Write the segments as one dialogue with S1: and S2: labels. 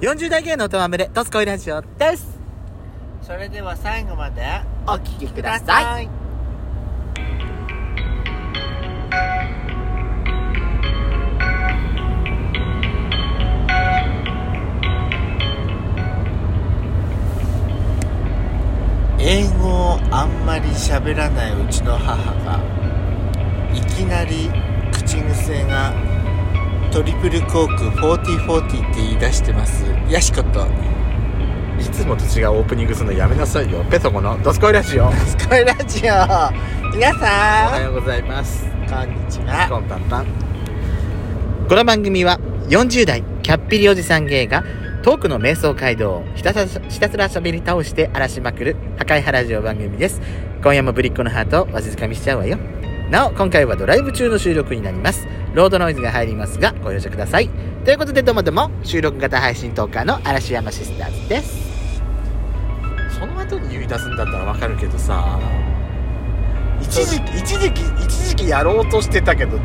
S1: 40代芸能とまむれ、トスコイラジオです。
S2: それでは最後まで
S1: お聞きく
S2: く
S1: ださい。
S2: い英語をあんまり喋らないうちの母がいきなり口癖が「トリプルコーク4040」って言い出してますやしこと
S1: いつもと違うオープニングするのやめなさいよ。ペソコのトスコイラジオ。お
S2: 「スカイラジオ」皆
S1: は
S2: さ
S1: ようございます。
S2: んこんにちは
S1: こんばんはこの番組は40代キャッピリおじさん芸がトークの瞑想街道をひたすらひたすら喋り倒して荒らしまくる破壊派ラジオ番組です今夜もぶりっ子のハートをわしづかみしちゃうわよなお今回はドライブ中の収録になりますロードノイズが入りますがご容赦くださいということでどうもどうも収録型配信トーカーの嵐山シスターズです
S2: その後に言い出すんだ
S1: だったらわかるけどさ
S2: 一時
S1: 期一時期一時期やろうとしてたけど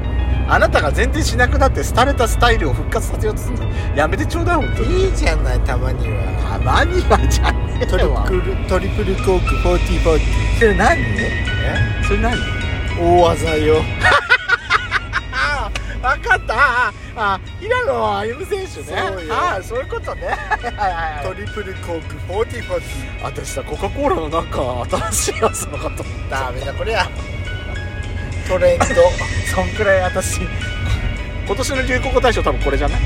S1: あなたが全然しなくなって廃れたスタイルを復活させようとするのやめてちょうだい本当
S2: いいじゃないたまには
S1: たまにはじゃね
S2: トリプルトリプルコーク4040
S1: それ何
S2: ね
S1: それ何
S2: 大技よ
S1: わかったああ平野歩夢選手ね
S2: そうよ
S1: ああそういうことねはいはいはい
S2: トリプルコーク4040
S1: 私さコカ・コーラのなんか新しいやつのかと思った
S2: ダメだこりゃトレン ド
S1: そんくらい私今年の流行語大賞多分これ じゃない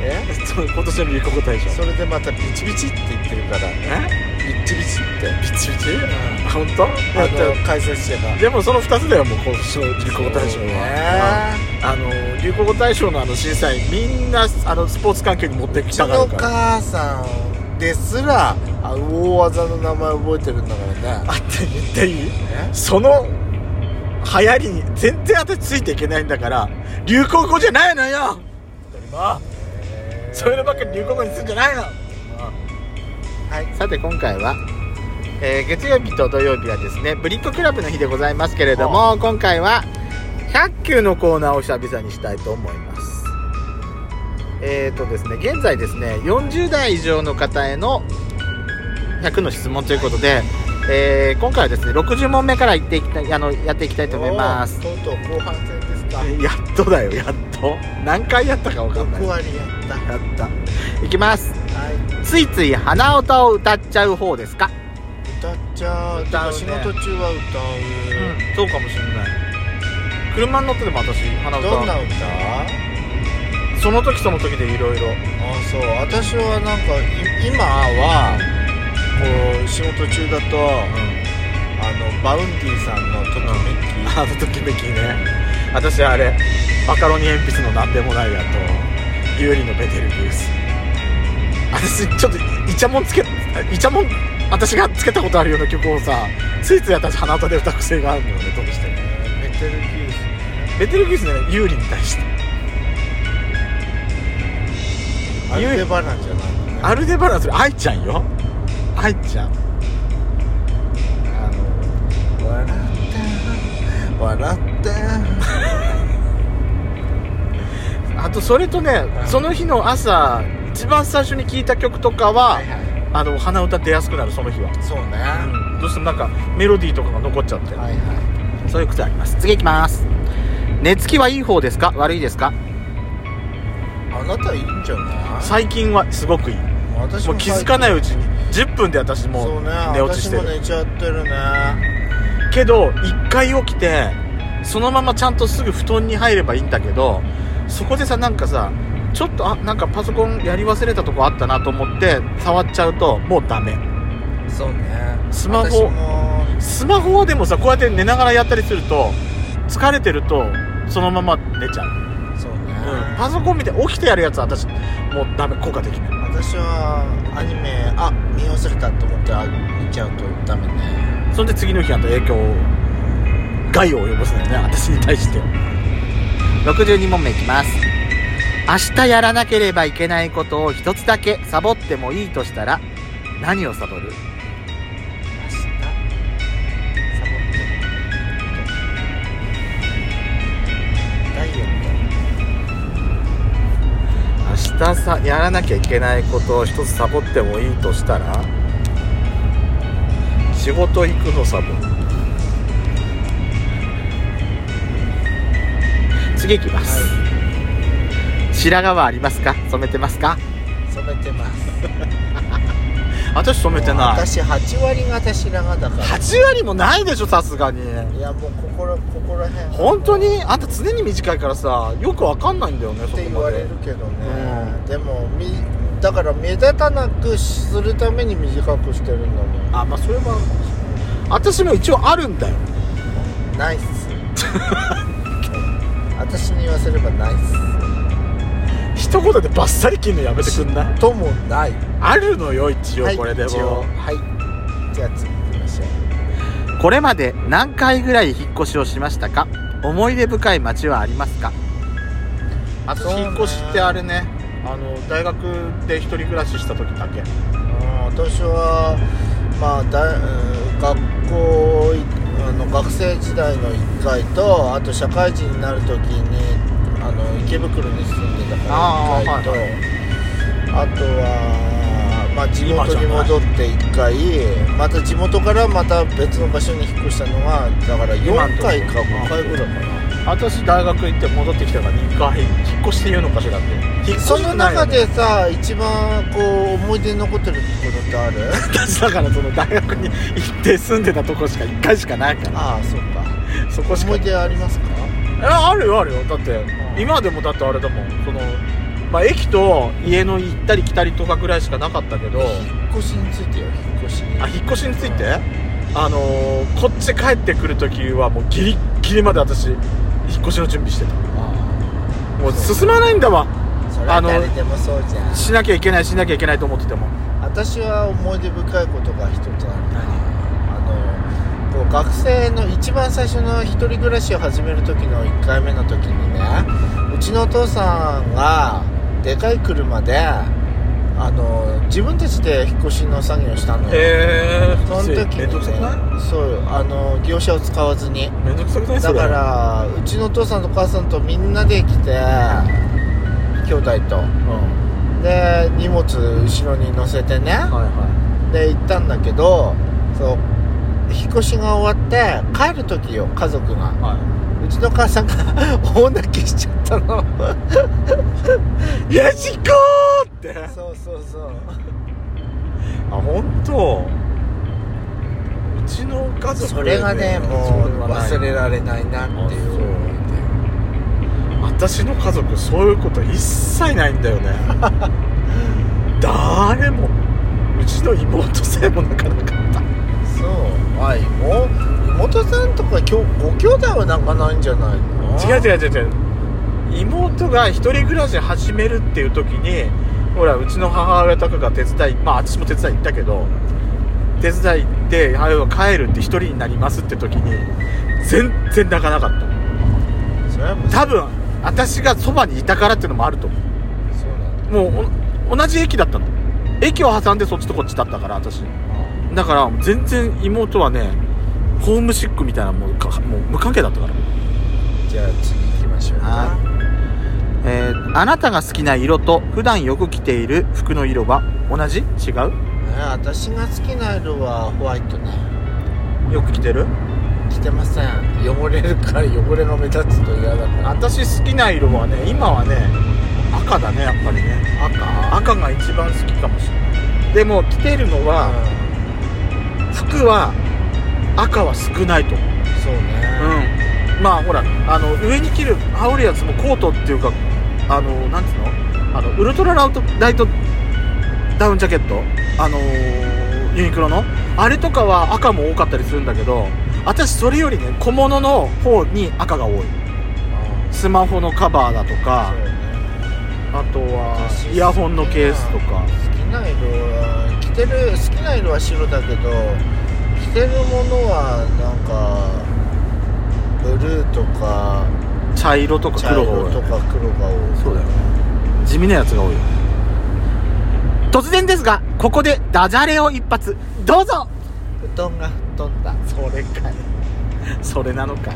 S2: え
S1: そう今年の流行語大賞
S2: それでまたビチビチって言ってるからね
S1: え
S2: ビチビチって
S1: ピチピチ
S2: うん
S1: 本当だ
S2: あ
S1: って
S2: の解説者が
S1: でもその2つだよもう今年の流行語大賞
S2: そうね
S1: はあの流行語大賞のあの審査員みんなあのスポーツ関係に持って
S2: う
S1: き
S2: ち
S1: たが
S2: の
S1: るから
S2: 母さんですらあ大技の名前覚えてるんだからね
S1: あって言っていいその流行りに全然私ついていけないんだから流行語じゃないのよ今そういうのばっかり流行語にするんじゃないのはい、さて今回は、えー月曜日と土曜日はですねブリッコクラブの日でございますけれども今回は100球のコーナーを久々にしたいと思いますえーとですね現在ですね40代以上の方への100の質問ということで、えー今回はですね60問目からいっていきたいあのやっていきたいと思います
S2: とうとう後半戦ですか
S1: やっとだよやっと何回やったか分かんない
S2: 6
S1: やっ
S2: 割やった
S1: たいきます
S2: はい
S1: ついつい鼻歌を歌っちゃう方ですか
S2: 歌っちゃう
S1: 歌うね
S2: 仕事中は歌
S1: そうかもしれない車に乗ってても私鼻
S2: う、どんな歌あ
S1: その時その時でいろいろ
S2: そう私はなんかい今はこう仕事中だと、あのバウンディさんのときめき、
S1: あのときめきね私あれマカロニ鉛筆の何でもないやとユーリのベテルギウス私ちょっとイチャモンつけイチャモン私がつけたことあるような曲をさついつい私鼻歌で歌う癖があるのよねどうしても
S2: メテルギウス
S1: ベテルギウスねユーリに対して
S2: アルデバランじゃないのね
S1: アルデバランそれ愛ちゃんよ愛ちゃんあの
S2: 笑った笑った
S1: あとそれとね
S2: うん
S1: その日の朝一番最初に聴いた曲とかは、あの鼻歌出やすくなるその日は、
S2: そうね、
S1: どうしてもなんかメロディーとかが残っちゃって、
S2: はいは
S1: そういうことあります次いきます寝つきはいい方ですか悪いですか
S2: いあなたいいんじゃない
S1: 最近はすごくいい
S2: 私
S1: もう気づかないうちに10分で私も
S2: そううね
S1: 寝落ちしてる、
S2: 私も寝ちゃってるね
S1: けど1回起きてそのままちゃんとすぐ布団に入ればいいんだけどそこでさなんかさちょっとあなんかパソコンやり忘れたとこあったなと思って触っちゃうともうダメ
S2: そうね
S1: スマホ
S2: 私も
S1: スマホはでもさこうやって寝ながらやったりすると疲れてるとそのまま寝ちゃう、
S2: そうね、
S1: うん、パソコン見て起きてやるやつは私もうダメ効果できない
S2: 私はアニメあ見忘れたと思ってあ見ちゃうとダメね
S1: そんで次の日あと影響を害を及ぼすのよね私に対して62問目いきます明日やらなければいけないことを一つだけサボってもいいとしたら何をサボる
S2: 明日サボってダイエッ
S1: 明日たさやらなきゃいけないことを一つサボってもいいとしたら仕事行くのサボる次行きます、白髪はありますか染めてますか
S2: 染めてます
S1: 私染めてない
S2: 私8割方白髪だから
S1: 8割もないでしょさすがに
S2: いやもうここらここら辺
S1: 本当にあんた常に短いからさよくわかんないんだよねそ
S2: って
S1: こ
S2: 言
S1: ま
S2: われ
S1: で
S2: るけどね、でもみだから目立たなくするために短くしてるんだも
S1: あまあそれは私も一応あるんだよ
S2: んないっす 私に言わせればないっ
S1: 一言でバッサリ切るのやめて
S2: す
S1: くんない
S2: ちっともない
S1: あるのよ一応
S2: はい
S1: これで
S2: 一
S1: も、
S2: 応はいじゃあ次行きましょう
S1: これまで何回ぐらい引っ越しをしましたか思い出深い街はありますかあと
S2: そうね
S1: 引っ越しってあれねあの大学で一人暮らしした時だけ
S2: うん私はまあだうん学校いあの学生時代の1回とあと社会人になる時にあの池袋に住んでたから
S1: あー
S2: 1回とあ,、
S1: はいは
S2: とは、まあ、地
S1: 今じゃ
S2: 元
S1: ない
S2: に戻って1回また地元からまた別の場所に引っ越したのがだから4回か5回ぐらいかな。
S1: 私大学行って戻ってきたから2回引っ越しって言うのかしらって引っ越し
S2: その中
S1: ってないよ
S2: で
S1: ね
S2: さ一番こう思い出に残ってるところってある
S1: 私だからその大学に行って住んでたとこしか1回しかないから
S2: ああそうか
S1: そこしか
S2: 思い出ありますか
S1: えあるよあるよだって
S2: ん
S1: 今でもだってあれだもんその、まあ、駅と家の行ったり来たりとかぐらいしかなかったけど
S2: 引っ越しについてよ引っ越しに
S1: あ引っ越しについてあのーこっち帰ってくる時はもうギリッギリまで私引っ越しの準備してたもう進まないんだわ
S2: それは誰でもそうじゃん
S1: しなきゃいけないしなきゃいけないと思ってても
S2: 私は思い出深いことが一つあるあのこう学生の一番最初の一人暮らしを始める時の1回目の時にねうちのお父さんがでかい車であの自分たちで引っ越しの作業したのよ
S1: へえ
S2: その時に、ね、
S1: 面倒くさくな
S2: そうよあの業者を使わずに
S1: い面倒くさくないそ
S2: だ
S1: れ
S2: からうちのお父さんとお母さんとみんなで来て兄弟
S1: う
S2: と
S1: んは
S2: で荷物後ろに乗せてね
S1: いは
S2: で行ったんだけどそう引っ越しが終わって帰る時よ家族が
S1: いは
S2: うちの母さんが 大泣きしちゃったの
S1: いヤジコーって
S2: そうそうそう
S1: あ本当。うちの家族
S2: それがねもう忘れ
S1: い
S2: られないなっていう
S1: 私の家族そういうこと一切ないんだよね 誰もうちの妹さえもなかなかった
S2: そうあ妹妹さんとかきょご兄弟はなんかないんじゃないの
S1: 違う違う違う違う妹が一人暮らし始めるっていう時にほらうちの母親とかが手伝いまあ私も手伝い行ったけど手伝い行って母親が帰るって一人になりますって時に全然泣かなかった
S2: それはもう
S1: 多分私がそばにいたからっていうのもあると思
S2: そうなんだ
S1: うもうお同じ駅だったの駅を挟んでそっちとこっちだったから私だから全然妹はねホームシックみたいなもうかもう無関係だったから
S2: じゃあ次行きましょうか
S1: えーあなたが好きな色と普段よく着ている服の色は同じ違う
S2: ね私が好きな色はホワイトね
S1: よく着てる
S2: 着てません汚れるから汚れが目立つと嫌だから
S1: 私好きな色はね今はね赤だねやっぱりね
S2: 赤
S1: 赤が一番好きかもしれないでも着てるのは服は赤は少ないと思う
S2: そうね、
S1: うん、まあ羽織るほらあの上に着る羽織るやつもコートっていうかあのなんつうのあのウルトララウトライトダウンジャケットあのーユニクロのあれとかは赤も多かったりするんだけど私それよりね小物の方に赤が多いスマホのカバーだと
S2: あ
S1: か
S2: そうね
S1: あとは
S2: 私
S1: イヤホンのケースとか
S2: 好きな色は着てる好きな色は白だけど着てるものはなんかブルーとか
S1: 茶色とか
S2: 茶
S1: 黒が
S2: 色
S1: 多い
S2: とか黒が多い
S1: そうだよね地味なやつが多いよ突然ですがここでダジャレを一発どうぞ
S2: 布団が吹っ飛んだ
S1: それかいそれなの かい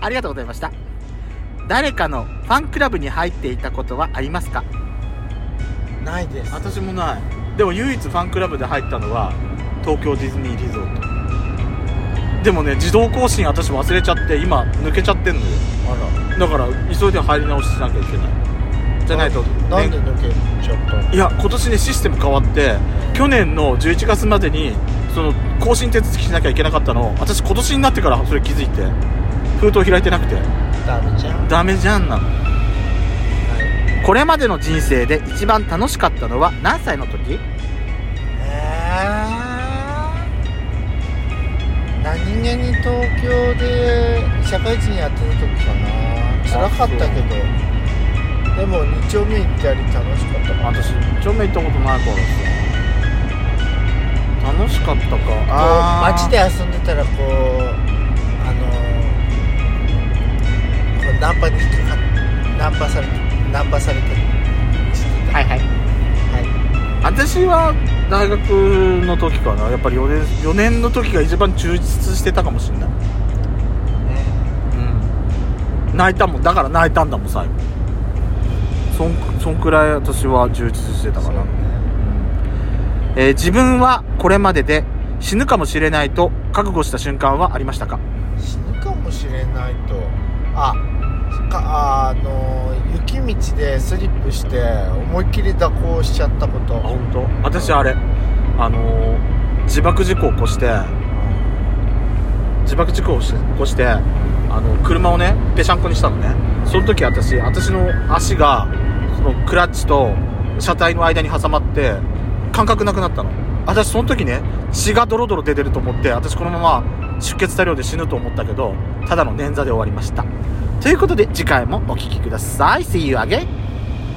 S1: ありがとうございました誰かのファンクラブに入っていたことはありますか
S2: ないです
S1: 私もないでも唯一ファンクラブで入ったのは東京ディズニーリゾートでもね自動更新私忘れちゃって今抜けちゃってんのよ
S2: あ
S1: だから急いで入り直ししなきゃいけないじゃないと
S2: らなんで
S1: ね
S2: 抜けちゃったの
S1: いや今年ねシステム変わって去年の11月までにその更新手続きしなきゃいけなかったの私今年になってからそれ気づいて封筒開いてなくて
S2: ダメじゃんは
S1: ダメじゃんなの
S2: い
S1: これまでの人生で一番楽しかったのは何歳の時
S2: えー、何気に東京で社会人やってる時かな辛かったけどでも2丁目行ったり楽しかったかな
S1: 私一丁目行ったことないからさ楽しかったか
S2: こう
S1: ー
S2: 街で遊んでたらこうあのこうナンパに引っかかっナンパされてナンパされてして
S1: はいはい
S2: たはい
S1: 私は大学の時かなやっぱり4年4年の時が一番充実してたかもしれない
S2: ね
S1: うん泣いたもんだから泣いたんだもん最後そんそんくらい私は充実してたかな
S2: そうね
S1: うんえー自分はこれまでで死ぬかもしれないと覚悟した瞬間はありましたか
S2: 死ぬかもしれないとあかあの雪道でスリップして思いっきり蛇行しちゃったこと
S1: あ本当私あれあのー自爆事故を起こして自爆事故をし起こしてあの車をねぺしゃんこにしたのねその時私私の足がそのクラッチと車体の間に挟まって感覚なくなったの私その時ね血がドロドロ出てると思って私このまま出血多量で死ぬと思ったけどただの捻挫で終わりましたということで次回もお聴きください See you again!